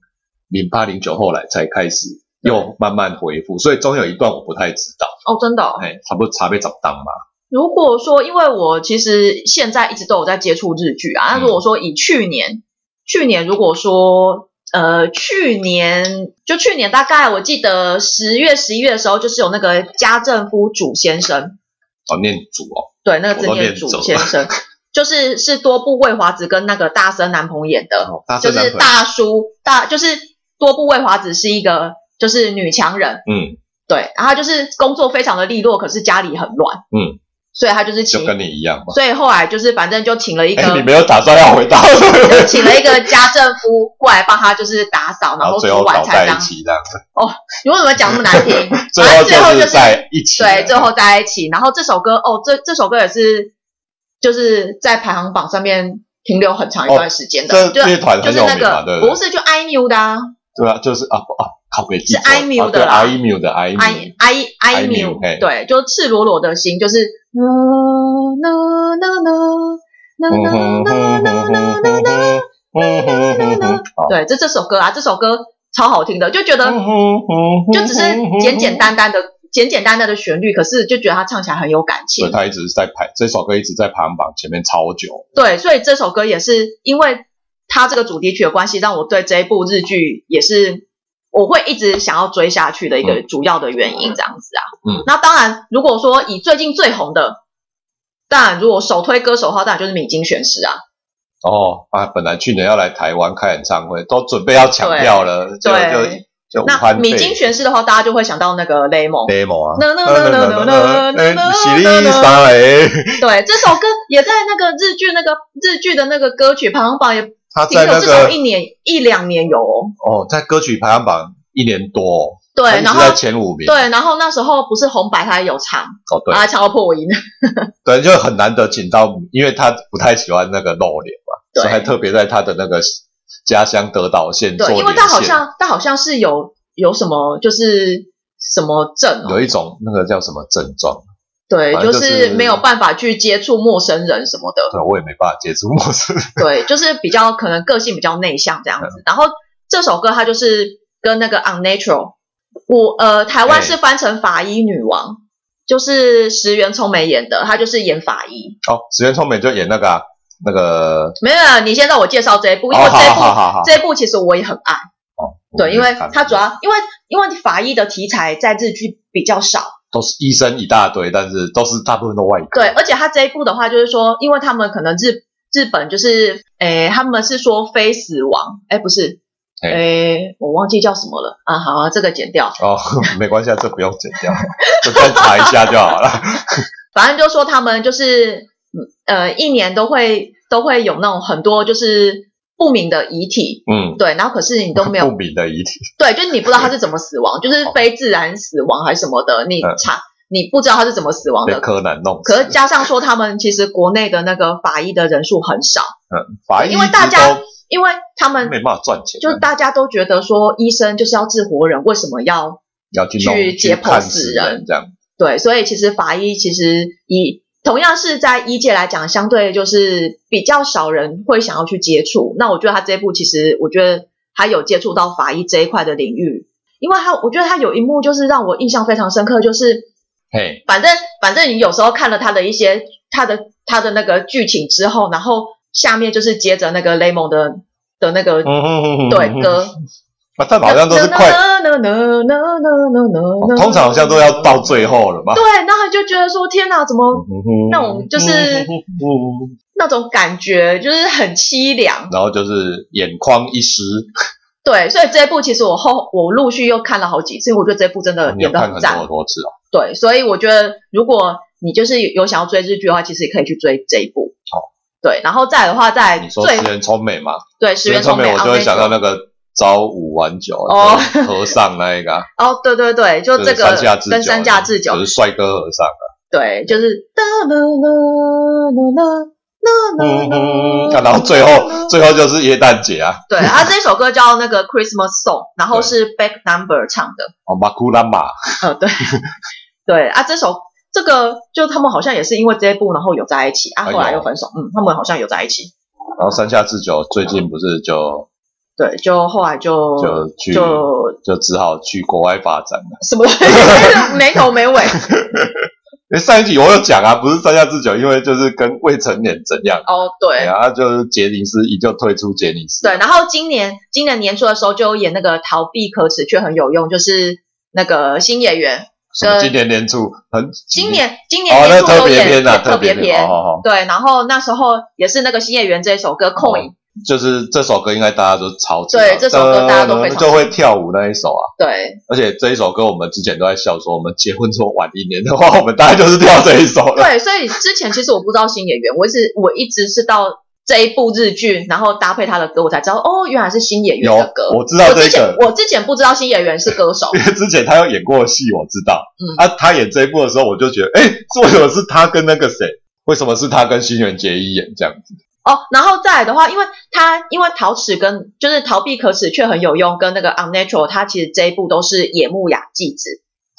B: 零八零九后来才开始又慢慢恢复，所以中有一段我不太知道，
C: 哦，真的哦、
B: 哎，差不多茶杯长当嘛，
C: 如果说，因为我其实现在一直都有在接触日剧啊，那
B: 嗯
C: 如果说以去年，去年如果说。呃，去年就去年大概我记得十月、十一月的时候，就是有那个家政夫主先生，
B: 哦，念祖哦，
C: 对，那个
B: 我
C: 字
B: 都
C: 念
B: 念
C: 主
B: 走了
C: 先生，就是是多部未华子跟那个大森南朋演的，
B: 哦大
C: 就
B: 正男
C: 是
B: 朋友
C: 大叔大，就是多部未华子是一个就是女强人，
B: 嗯，
C: 对，然后她就是工作非常的利落，可是家里很乱，
B: 嗯，
C: 所以他就是
B: 就
C: 请，
B: 跟你一样嘛，
C: 所以后来就是反正就请了一个，
B: 哎，你没有打算要回答，
C: 就 请了一个家政夫过来帮他就是打扫，
B: 然
C: 后
B: 后最
C: 煮
B: 后
C: 晚
B: 倒
C: 餐
B: 在
C: 这样
B: 一。起这样，
C: 你为什么讲那么难听？
B: 最
C: 反正最后
B: 就
C: 就是
B: 在一起，
C: 对，最后在一起。然后这首歌哦，这这首歌也是就是在排行榜上面停留很长一段时间的，
B: 哦这
C: 就
B: 乐团
C: 就
B: 很
C: 是
B: 有
C: 那
B: 名嘛，对不
C: 个
B: 对
C: 不？是就 I knew 的啊
B: 对啊，就是啊不啊，靠北记
C: 是
B: 错了
C: IMU
B: 啊对
C: 的啦
B: IMU 的 IMU
C: ，I I I
B: I knew，
C: knew，
B: 嘿
C: 对，就赤裸裸的心，就是啦
B: 嗯
C: 啦啦啦啦啦啦啦啦啦啦，对，
B: 嗯
C: 这这首歌啊，这首歌超好听的，就觉得就只是简简单单的简简单单的旋律，可是就觉得他唱起来很有感
B: 所
C: 情
B: 以。他一直在排这首歌一直在排行榜前面超久。
C: 对，所以这首歌也是因为它这个主题曲的关系，让我对这一部日剧也是我会一直想要追下去的一个主要的原因，这样子啊。
B: 嗯
C: 那当然，如果说以最近最红的，当然如果首推歌手的话，当然就是米津玄师啊。
B: 哦啊，本来去年要来台湾开演唱会，都准备要抢票了，就就
C: 对
B: 就武
C: 那
B: 汉肺
C: 米津玄师的话，大家就会想到那个雷蒙。
B: demo 啊，
C: No, no, no, no, no, no, no,
B: 哎，喜
C: no,
B: 力
C: no.
B: 啥嘞？
C: 对，这首歌也在那个日剧那个日剧的那个歌曲排行榜也
B: 他
C: 停
B: 在
C: 留
B: 那
C: 至少
B: 个
C: 一年一两年有哦。
B: 哦，在歌曲排行榜一年多哦，他
C: 对，
B: 一直
C: 然后
B: 在前五名，
C: 对，啊然后那时候不是红白他也有唱，
B: 哦对
C: 他还唱到破音。
B: 对，就很难得请到，因为他不太喜欢那个露脸嘛，
C: 对
B: 所以还特别在他的那个家乡德岛县做
C: 对，因为
B: 连
C: 他好
B: 线
C: 像他好像是有有什么就是什么症
B: 有
C: 哦，
B: 一种那个叫什么症状，
C: 对，
B: 反正
C: 就
B: 就是
C: 是没有办法去接触陌生人什么的，
B: 对我也没办法接触陌生人。
C: 对，就是比较可能个性比较内向这样
B: 嗯
C: 子。然后这首歌它就是跟那个 Unnatural，我呃台
B: 哎
C: 湾是翻成法医女王，就是石原聪美演的，她就是演法医。
B: 哦，石原聪美就演那个、啊、那个，
C: 没有，你先让我介绍这一部，因
B: 哦
C: 为这一
B: 好
C: 部
B: 好好好，
C: 这一部其实我也很爱。
B: 哦
C: 对，因为它主
B: 要
C: 要因为因为法医的题材在日剧比较少。
B: 都是医生一大堆，但是都是大部分都外科。
C: 对，，而且他这一部的话，就是说，因为他们可能日日本就是，诶，他们是说非死亡，诶，不是，
B: 诶
C: 诶，我忘记叫什么了啊，好啊，这个剪掉。
B: 哦， 没关系，啊，这不用剪掉，就再查一下就好了。
C: 反正就说他们就是，嗯呃，一年都会都会有那种很多就是不明的遗体，
B: 嗯，
C: 对，然后可是你都没有
B: 不明的遗体，
C: 对，就是你不知道他是怎么死亡，就是非自然死亡还是什么的，你
B: 嗯
C: 查你不知道他是怎么死亡
B: 被
C: 的。
B: 柯南弄死
C: 可。是加上说，他们其实国内的那个法医的人数很少，
B: 嗯，法医
C: 因为大家
B: 都
C: 因为他们
B: 没办法赚钱啊，
C: 就大家都觉得说，医生就是要治活人，为什么要
B: 要去弄
C: 去解剖
B: 看
C: 死
B: 死
C: 人
B: 人这样。
C: 对？所以其实法医其实以同样是在医界来讲，相对就是比较少人会想要去接触。那我觉得他这一部其实，我觉得他有接触到法医这一块的领域，因为他我觉得他有一幕就是让我印象非常深刻，就是
B: 嘿，
C: 反正反正你有时候看了他的一些他的他的那个剧情之后，然后下面就是接着那个雷蒙的的那
B: 嗯
C: 个、 对歌。
B: 啊，但好像都是快，哦通常好像都要到最后了吧？
C: 对，然后就觉得说天哪，怎么那种
B: 嗯
C: 就是那种感觉就是很凄凉。
B: 然后就是眼眶一湿，
C: 对，所以这一部其实我后我陆续又看了好几次，我觉得这一部真的
B: 你有
C: 演的
B: 看很多
C: 很赞。
B: 很多次哦。
C: 对，所以我觉得如果你就是有想要追日剧的话，其实也可以去追这一部。
B: 好，
C: 对，然后再来的话，再
B: 你说
C: 最
B: 石原聪美嘛？
C: 对石原
B: 聪
C: 聪
B: 美，
C: 美，
B: 我
C: 啊
B: 就会
C: 那
B: 想到
C: 个
B: 那个朝五晚九
C: 哦
B: 就是和尚那一个啊，
C: 哦，对对对， 就这
B: 就是
C: 个
B: 山下智久
C: 跟山下智久
B: 就，是帅哥 和尚啊。
C: 对，就是哒啦啦啦啦啦啦
B: 嗯，
C: 啦，
B: 啊然后最后最后就是耶诞节啊，
C: 对，他这首歌叫那个 Christmas Song，然后是 Back Number 唱的。
B: 哦，马库拉玛，
C: 呃，对， 对啊，这首这个就他们好像也是因为这一部，然后有在一起啊，
B: 哎呦
C: 后来又分手。嗯，他们好像有在一起。
B: 然后山下智久最近不是就
C: 对，就后来就
B: 就去
C: 哦就
B: 就只好去国外发展了。
C: 什么没头没尾
B: 因为上一集我有讲啊，不是山下智久，因为就是跟未成年怎样，
C: 哦，
B: 对
C: 对
B: 啊，他就是杰尼斯依旧退出杰尼斯，
C: 对，然后今年今年年初的时候就有演那个逃避可耻却很有用，就是那个新演员，
B: 什么
C: 对
B: 今年年初很
C: 今年今
B: 哦
C: 年
B: 那
C: 年初
B: 特
C: 有
B: 别
C: 演
B: 篇啊，
C: 特别
B: 篇，哦哦哦，
C: 对，然后那时候也是那个新演员这一首歌《空影》，
B: 就是这首歌应该大家都超级
C: 对这首歌大家都非常
B: 就会跳舞那一首啊，
C: 对
B: 而且这一首歌我们之前都在笑说，我们结婚之后晚一年的话，我们大概就是跳这一首了。
C: 对，所以之前其实我不知道新演员，我一直我一直是到这一部日剧，然后搭配他的歌，我才知道哦，原来是新演员
B: 有
C: 的歌。
B: 我知道
C: 我
B: 这
C: 之前
B: 个，
C: 我之前不知道新演员是 歌手，
B: 因为之前他有演过戏，我知道。
C: 嗯
B: 啊，他演这一部的时候，我就觉得，哎，为什么是他跟那个谁？为什么是他跟新垣结衣演这样子？
C: 哦，然后再来的话，因为他因为陶齿跟就是逃避可耻却很有用，跟那个 unnatural，他其实这一部都是野木雅纪子，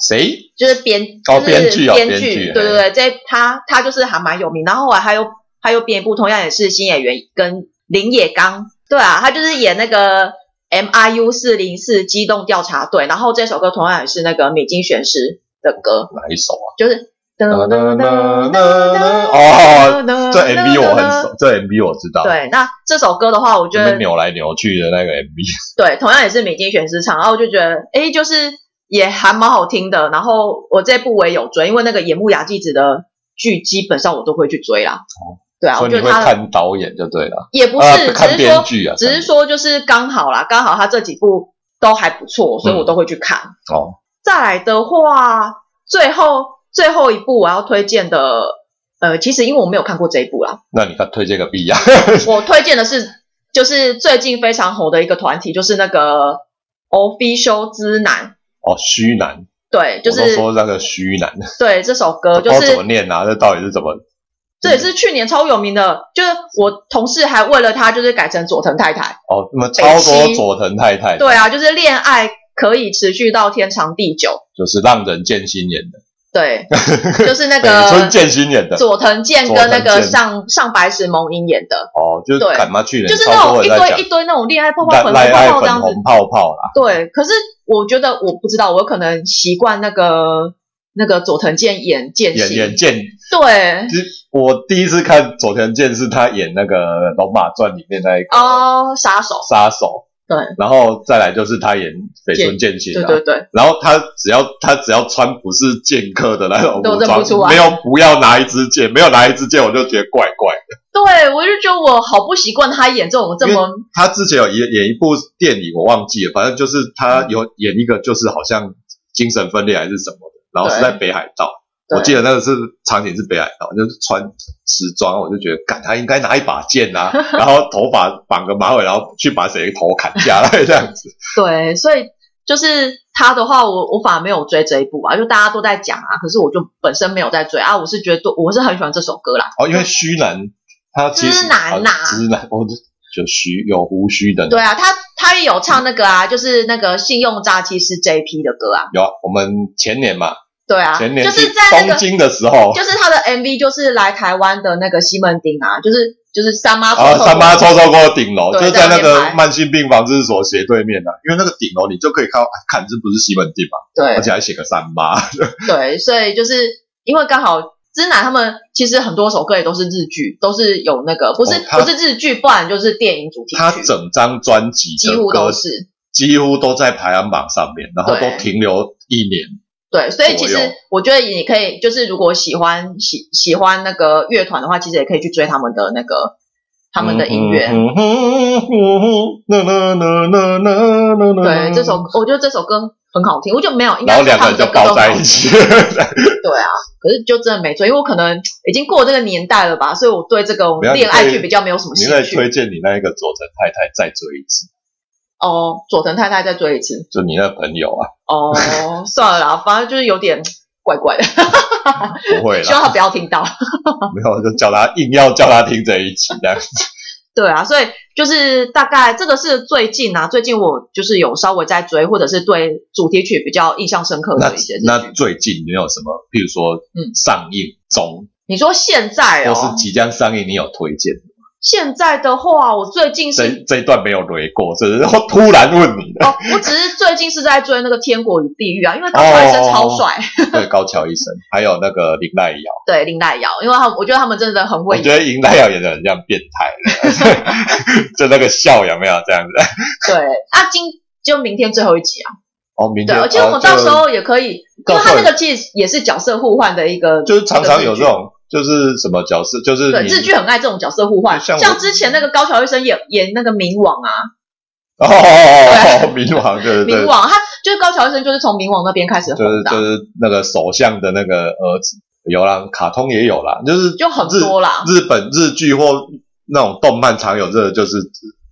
B: 谁？
C: 就是编
B: 哦
C: 就是
B: 编剧哦
C: 编
B: 编剧
C: 剧，对对对，这他他就是还蛮有名。然后后来他又他又编一部同样也是新演员跟林野刚，对啊，他就是演那个 M I U 四零四机动调查队，然后这首歌同样也是那个米津玄师的歌，
B: 哪一首啊？
C: 就是噔
B: 哒哒哒哒哒哦，
C: 嗯
B: 这 MV 我很熟，这 MV 我知道，，
C: 对，那这首歌的话，我觉得
B: 扭来扭去的那个 MV，
C: 对，同样也是米津玄师唱，然后我就觉得，哎，就是也还蛮好听的。然后我这部我也有追，因为那个野木雅纪子的剧基本上我都会去追啦。
B: 哦
C: 对啊，
B: 所
C: 我
B: 以
C: 觉
B: 你
C: 得
B: 会
C: 他的
B: 看导演就对了，
C: 也不是，
B: 啊，看
C: 只是
B: 编
C: 说，
B: 剧啊，
C: 只是说就是刚好啦，刚好他这几部都还不错，所以我都会去看。
B: 看哦，
C: 再来的话，最后最后一部我要推荐的，呃，其实因为我没有看过这一部啦，
B: 那你看推荐个必呀，
C: 我推荐的是，就是最近非常红的一个团体，就是那个 Official 之男，
B: 哦，虚男，
C: 对，就
B: 我都
C: 是
B: 说那个虚男，
C: 对这首
B: 我
C: 歌，
B: 不知
C: 就
B: 道怎么
C: 是
B: 念啊，这到底是怎么？
C: 这也是去年超有名的，就是我同事还为了他就是改成佐藤太太，
B: 哦，那么超多佐藤太太，
C: 对，啊，就是恋爱可以持续到天长地久，
B: 就是让人见心演的，
C: 对，就是那
B: 北村
C: 个
B: 见心演的，
C: 佐藤健跟
B: 佐
C: 那个
B: 藤健
C: 上上白石萌音演的，
B: 哦，就是
C: 对
B: 干嘛去年
C: 就是那
B: 超多
C: 种一
B: 人在讲
C: 堆一堆那种恋爱泡泡
B: 赖
C: 粉红
B: 赖爱
C: 泡泡这样
B: 粉
C: 子，
B: 红泡泡啦，
C: 对，可是我觉得我不知道，我有可能习惯那个那个佐藤健演剑
B: 演
C: 心，
B: 演见
C: 对
B: 我第一次看佐藤健是他演那个《龙马传》里面那一个
C: 哦，杀手，
B: 杀手，
C: 对
B: 然后再来就是他演北村剑心、
C: 对
B: 啊，
C: 对对，
B: 然后他只要他只要穿不是剑客的那种
C: 都
B: 武
C: 认不出
B: 装，
C: 来
B: 没有不要拿一支剑，没有拿一支剑我就觉得怪怪的。
C: 对我就觉得我好不习惯他演这种这
B: 因为
C: 么
B: 他之前有演演一部电影我忘记了，反正就是他有演一个就是好像精神分裂还是什么的，然后是
C: 对
B: 在北海道。
C: 对
B: 我记得那个是场景是北海道，就是穿时装，我就觉得，干他应该拿一把剑 啊，然后头发绑个马尾，然后去把谁的头砍下来这 样子。
C: 对，所以就是他的话，我我反而没有追这一部啊，就大家都在讲啊，可是我就本身没有在追啊，我是觉得我是很喜欢这首歌啦，
B: 哦，因为虚男他其实
C: 知男呐
B: 啊知男，我就就虚有胡须的，
C: 对啊，他他也有唱那个啊，就是那个信用诈欺师 JP 的歌啊，
B: 有啊，我们前年嘛，
C: 对啊，
B: 前年
C: 就
B: 去
C: 是在那个
B: 东京的时候，
C: 就是他的 MV 就是来台湾的那个西门町啊，就是就是三妈
B: 啊，三妈抽抽过顶楼，
C: 对
B: 就在那
C: 在那
B: 个
C: 边拍
B: 慢性病防治所斜对面啊，因为那个顶楼你就可以看到，哎看这不是西门町嘛，
C: 对
B: 而且还写个三妈，
C: 对，所以就是因为刚好知南他们其实很多首歌也都是日剧，都是有那个不是、
B: 哦他
C: 不是日剧，不然就是电影主题
B: 他
C: 曲，
B: 整张专辑
C: 几
B: 的
C: 乎
B: 歌
C: 都是
B: 几乎都在排行榜上面，然后
C: 对
B: 都停留一年。
C: 对，所以其
B: 左右
C: 实我觉得你可以就是如果喜欢喜喜欢那个乐团的话，其实也可以去追他们的那个他们的音乐。
B: 嗯哼嗯哼嗯哼啦啦啦啦啦啦啦啦
C: 对，这首我觉得这首歌很好听，我就没有，
B: 嗯然
C: 应该
B: 后
C: 是
B: 两个
C: 他
B: 人
C: 们的
B: 就
C: 歌
B: 抱
C: 都
B: 在
C: 好
B: 一起，
C: 对啊，可是就真的没追，因为我可能已经过这个年代了吧，所以我对这种
B: 没有你
C: 恋爱剧
B: 可以
C: 比较没有什么
B: 你
C: 兴
B: 再
C: 趣。
B: 推荐你那一个佐藤太太再追一次，
C: 哦，佐藤太太再追一次。
B: 就你那朋友啊，
C: 哦，算了啦，反正就是有点怪怪的，
B: 不会
C: 希望
B: 啦，
C: 他不要听到。
B: 没有就叫他硬要叫他听这一集这样子。
C: 对啊，所以就是大概这个是最近啊，最近我就是有稍微在追，或者是对主题曲比较印象深刻
B: 那
C: 的一些日剧
B: 那最近你有什么？譬如说，
C: 嗯
B: 上映中、
C: 你说现在
B: 或是
C: 哦，
B: 即将上映，你有推荐？
C: 现在的话，我最近是
B: 这这一段没有雷过，只是我突然问你的。
C: 哦，我只是最近是在追那个《天国与地狱》啊，因为高桥医生超帅，
B: 对，高桥医生，还有那个林奈瑶，
C: 对林黛瑶，因为他们我觉得他们真的很
B: 我
C: 会演
B: 觉得林奈瑶演的很像变态了，就那个笑有没有这样子？
C: 对啊，今就明天最后一集啊，
B: 哦，明
C: 对，
B: 天
C: 而且我们
B: 哦
C: 到时候也可以，
B: 到
C: 因为
B: 时候
C: 他那个其实也是角色互换的一个，
B: 就就是常常有这
C: 一个日剧。
B: 种，就是什么角色，就是
C: 对，
B: 你
C: 日剧很爱这种角色互换，
B: 像
C: 像
B: 我
C: 之前那个高桥医生演演那个冥王啊，
B: 哦哦哦，哦哦冥王，对对对
C: 冥，王他就是高桥医生就是从冥王那边开始
B: 就
C: 红
B: 是
C: 的啊，
B: 就是那个首相的那个儿子有啦，卡通也有啦，就是
C: 就很多啦。
B: 日本日剧或那种动漫常有这个，就是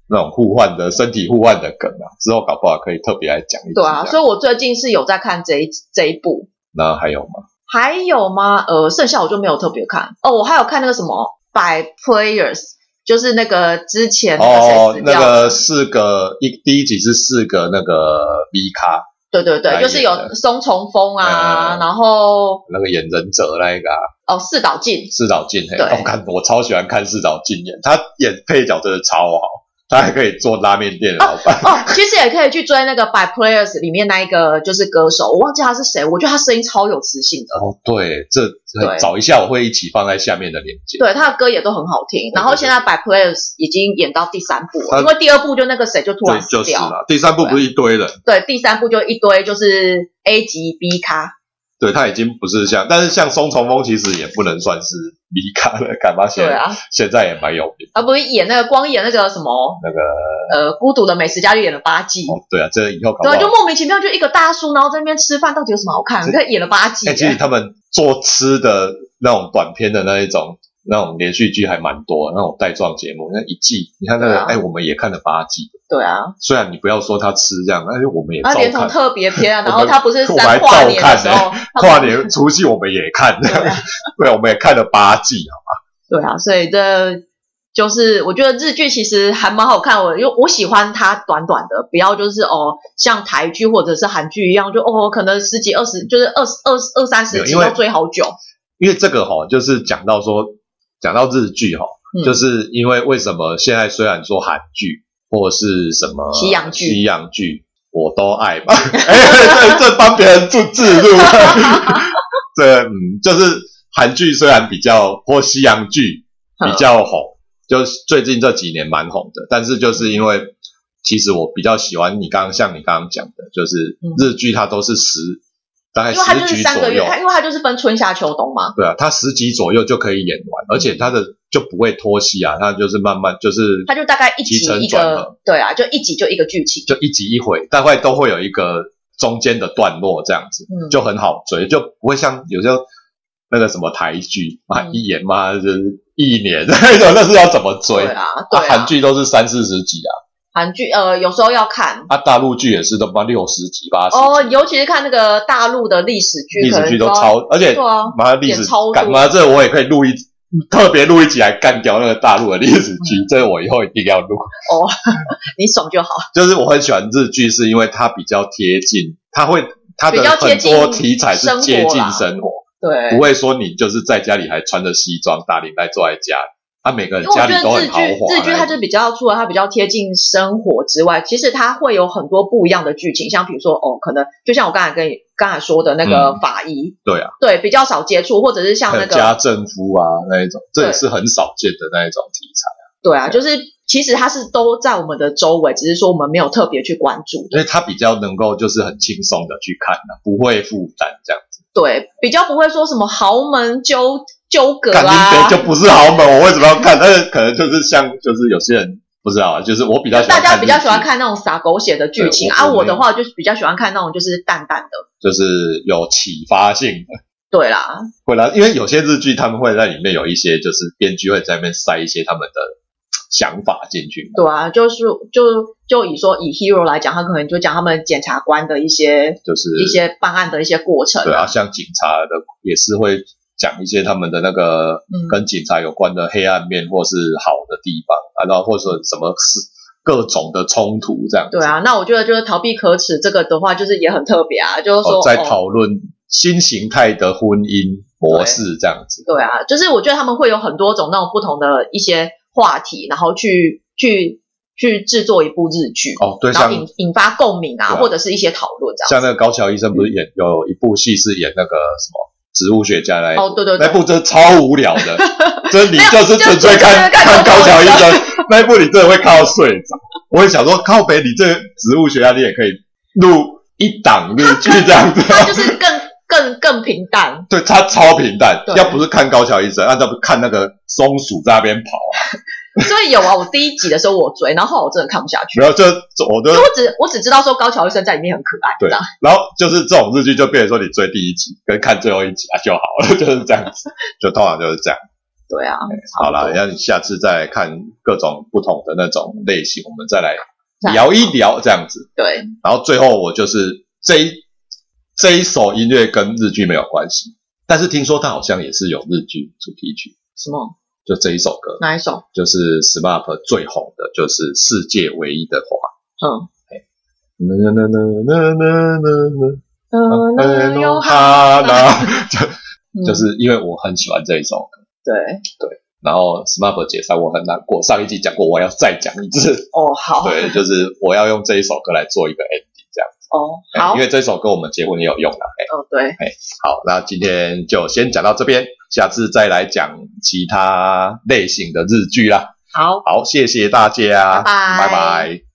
B: 那种互换的身体互换的梗啊。之后搞不好可以特别来讲一集这
C: 对
B: 样。
C: 啊，所以我最近是有在看这一这一部，
B: 那还有吗？
C: 还有吗？呃，剩下我就没有特别看哦，我还有看那个什么《By Players》，就是那个之前那个
B: 哦
C: 谁死，
B: 那
C: 掉了
B: 个四个一第一集是四个那个 V 咖，
C: 对对
B: 来
C: 对，就是
B: 演
C: 有
B: 的
C: 松重丰啊，
B: 嗯
C: 然后
B: 那个演忍者那一个啊，
C: 哦四岛进，
B: 四岛进黑。哦
C: 对
B: 我看我超喜欢看四岛进演，他演配角真的超好。他还可以做拉面店的老板。
C: 哦，其实也可以去追那个《By Players》里面那一个就是歌手，我忘记他是谁，我觉得他声音超有磁性的，
B: 哦，对，这
C: 对
B: 找一下，我会一起放在下面的链接。
C: 对，他的歌也都很好听。然后现在《By Players》已经演到第三部了，
B: 他
C: 因为第二部就那个谁就突然死
B: 就是
C: 掉，
B: 啦。第三部不是一堆人，
C: 对，第三部就一堆就是 A 级 B 咖，
B: 对他已经不是像，但是像松重峰其实也不能算是米卡了，干嘛现
C: 对
B: 在、
C: 啊，
B: 现在也蛮有名。
C: 而不是演那个光演那个什么
B: 那个
C: 呃《孤独的美食家》就演了八季，
B: 哦，对啊，这以后搞不
C: 对，就
B: 好。
C: 莫名其妙就一个大叔，然后在那边吃饭，到底有什么好看？
B: 是
C: 他演了八季
B: 哎、，其实他们做吃的那种短片的那一种那种连续剧还蛮多的，那种带状节目，那一季你看那
C: 对
B: 个，
C: 啊
B: 哎、我们也看了八季。
C: 对啊，
B: 虽然你不要说他吃这样，但是我们也照
C: 他哦连同
B: 看。
C: 特别篇啊，然
B: 我
C: 后
B: 们
C: 他不是
B: 我们还
C: 三跨年的
B: 照
C: 时
B: 看呢哎
C: 候，他不是
B: 跨年除夕我们也看，
C: 对啊
B: 对，我们也看了八季啊。
C: 对啊，所以这就是我觉得日剧其实还蛮好看，我因为我喜欢它短短的，不要就是哦像台剧或者是韩剧一样，就哦可能十几二十，就是二十二十二三十集
B: 因为
C: 要追好久。
B: 因为这个哈、就是讲到说，讲到日剧哈、
C: 嗯
B: 就是因为为什么现在虽然说韩剧或是什么
C: 西洋剧
B: 西洋剧我都爱 嘛，哎，这这帮别人做自入， 这嗯，就是韩剧虽然比较或西洋剧
C: 嗯
B: 比较红，就是最近这几年蛮红的，但是就是因为其实我比较喜欢你刚刚像你刚刚讲的，就是
C: 嗯
B: 日剧它都是十、大概
C: 因为它就
B: 十
C: 是
B: 集
C: 三
B: 左
C: 个月，
B: 右，
C: 它因为它就是分春夏秋冬嘛。
B: 对啊，它十集左右就可以演完，而且它的就不会拖戏啊，它就是慢慢就是
C: 它就大概一
B: 起
C: 集
B: 承
C: 一
B: 转合，
C: 个，对啊，就一集就一个剧情，
B: 就一集一回，大概都会有一个中间的段落这样子，
C: 嗯
B: 就很好追，就不会像有时候那个什么台剧啊，
C: 嗯
B: 一演嘛就是一年 那种，那是要怎么追？
C: 对啊，对
B: 韩
C: 啊，
B: 剧都是三四十集啊，
C: 韩剧呃有时候要看
B: 啊，大陆剧也是都妈六十集、八十集，
C: 哦，尤其是看那个大陆的历史剧，
B: 历
C: 可
B: 史
C: 能
B: 剧都
C: 要
B: 超，而且
C: 对啊，
B: 妈历史
C: 也超多
B: 干妈这我也可以录一特别录一集来干掉那个大陆的历史
C: 嗯
B: 剧，这我以后一定要录。
C: 你爽就好，
B: 就是我很喜欢日剧，是因为它比较贴近，它会它的
C: 比较
B: 很
C: 贴近
B: 多题材是接近生活，
C: 对
B: 不。会说你就是在家里还穿着西装打领带坐在家里，啊，每个人
C: 因为我
B: 家
C: 觉
B: 里
C: 得
B: 都
C: 日
B: 很豪
C: 剧
B: 华。哎
C: 日剧它就比较除了它比较贴近生活之外，其实它会有很多不一样的剧情，像比如说哦，可能就像我刚才跟你刚才说的那个法医，
B: 嗯对啊，
C: 对，比较少接触，或者是像
B: 还有
C: 那
B: 家
C: 个
B: 政夫啊那一种，这也
C: 对
B: 是很少见的那一种题材，
C: 对啊，就是其实它是都在我们的周围，只是说我们没有特别去关注，
B: 因为它比较能够就是很轻松的去看啊不会负担这样。
C: 对，比较不会说什么豪门纠纠葛
B: 肯定
C: 啊，
B: 就不是豪门，我为什么要看？但是可能就是像就是有些人不知道啊，就是我比较喜
C: 大
B: 欢
C: 家
B: 看
C: 比较喜欢
B: 日剧
C: 看那种撒狗血的剧情
B: 对
C: 啊，
B: 我我
C: 我
B: 没有
C: 的话就是比较喜欢看那种就是淡淡的，
B: 就是有启发性的。
C: 对啦，
B: 会啦，因为有些日剧他们会在里面有一些，就是编剧会在那边塞一些他们的想法进去。
C: 对啊，就是就就以说以 hero 来讲，他可能就讲他们检察官的一些
B: 就是
C: 一些办案的一些过程
B: 对啊，像警察的也是会讲一些他们的那个
C: 嗯
B: 跟警察有关的黑暗面，或是好的地方，啊然后或者什么事各种的冲突这样子。哦
C: 对啊，那我觉得就是逃避可耻这个的话，就是也很特别啊，就是说
B: 哦，在
C: 哦
B: 讨论新形态的婚姻模式这样子。
C: 对啊，就是我觉得他们会有很多种那种不同的一些话题，然后去去去制作一部日剧，
B: 哦，对，
C: 然
B: 像
C: 后引引发共鸣啊，
B: 对啊
C: 或者是一些讨论这
B: 像
C: 样。
B: 那个高桥医生不是演有一部戏是演那个什么植物学家来
C: 哦，对对
B: 那
C: 对，
B: 部真的超无聊 的，就是你就是纯粹
C: 没有
B: 看
C: 就
B: 看
C: 是看
B: 高
C: 高
B: 桥
C: 桥
B: 医
C: 医生
B: 生那一部，你真的会看到睡着。我也想说，靠北，你这个植物学家你也可以录一档日剧这样子，
C: 它就是更更更平 淡，
B: 对，它超平淡。
C: 对
B: 要不是看高桥医生，那要不看那个松鼠在那边跑，
C: 所以有啊，我第一集的时候我追，然后后来我真的看不下去
B: 没。有，就我 就
C: 因为我只我只知道说高桥医生在里面很可爱，
B: 对
C: 这样，
B: 然后就是这种日剧就变成说你追第一集跟看最后一集啊就好了， 就是这样子，就通常就是这样。
C: 对啊，
B: 好啦，那你下次再看各种不同的那种类型，我们再来
C: 再来
B: 聊一聊这样子。
C: 对，
B: 然后最后我就是这一这一首音乐跟日剧没有关系，但是听说它好像也是有日剧主题曲，
C: 什么
B: 就这一首歌，
C: 哪一首？
B: 就是 SMAP 最红的，就是《世界唯一的花》。
C: 嗯，
B: 呐呐呐呐呐呐
C: 嗯，
B: 呐呐
C: 有
B: 哈
C: 哈
B: 呃 呐，就
C: 嗯
B: 就是因为我很喜欢这一首歌，
C: 对
B: 对，然后 SMAP 解散我很难过，上一集讲过，我要再讲一次。
C: 哦，好，
B: 对，就是我要用这一首歌来做一个 ending 这样子。
C: 哦，
B: 哎
C: 好，
B: 因为这首歌我们结婚也有用啦。哎，
C: 哦，对，
B: 好，那今天就先讲到这边，下次再来讲其他类型的日剧啦。
C: 好，
B: 好，谢谢大家，
C: 拜拜
B: 拜拜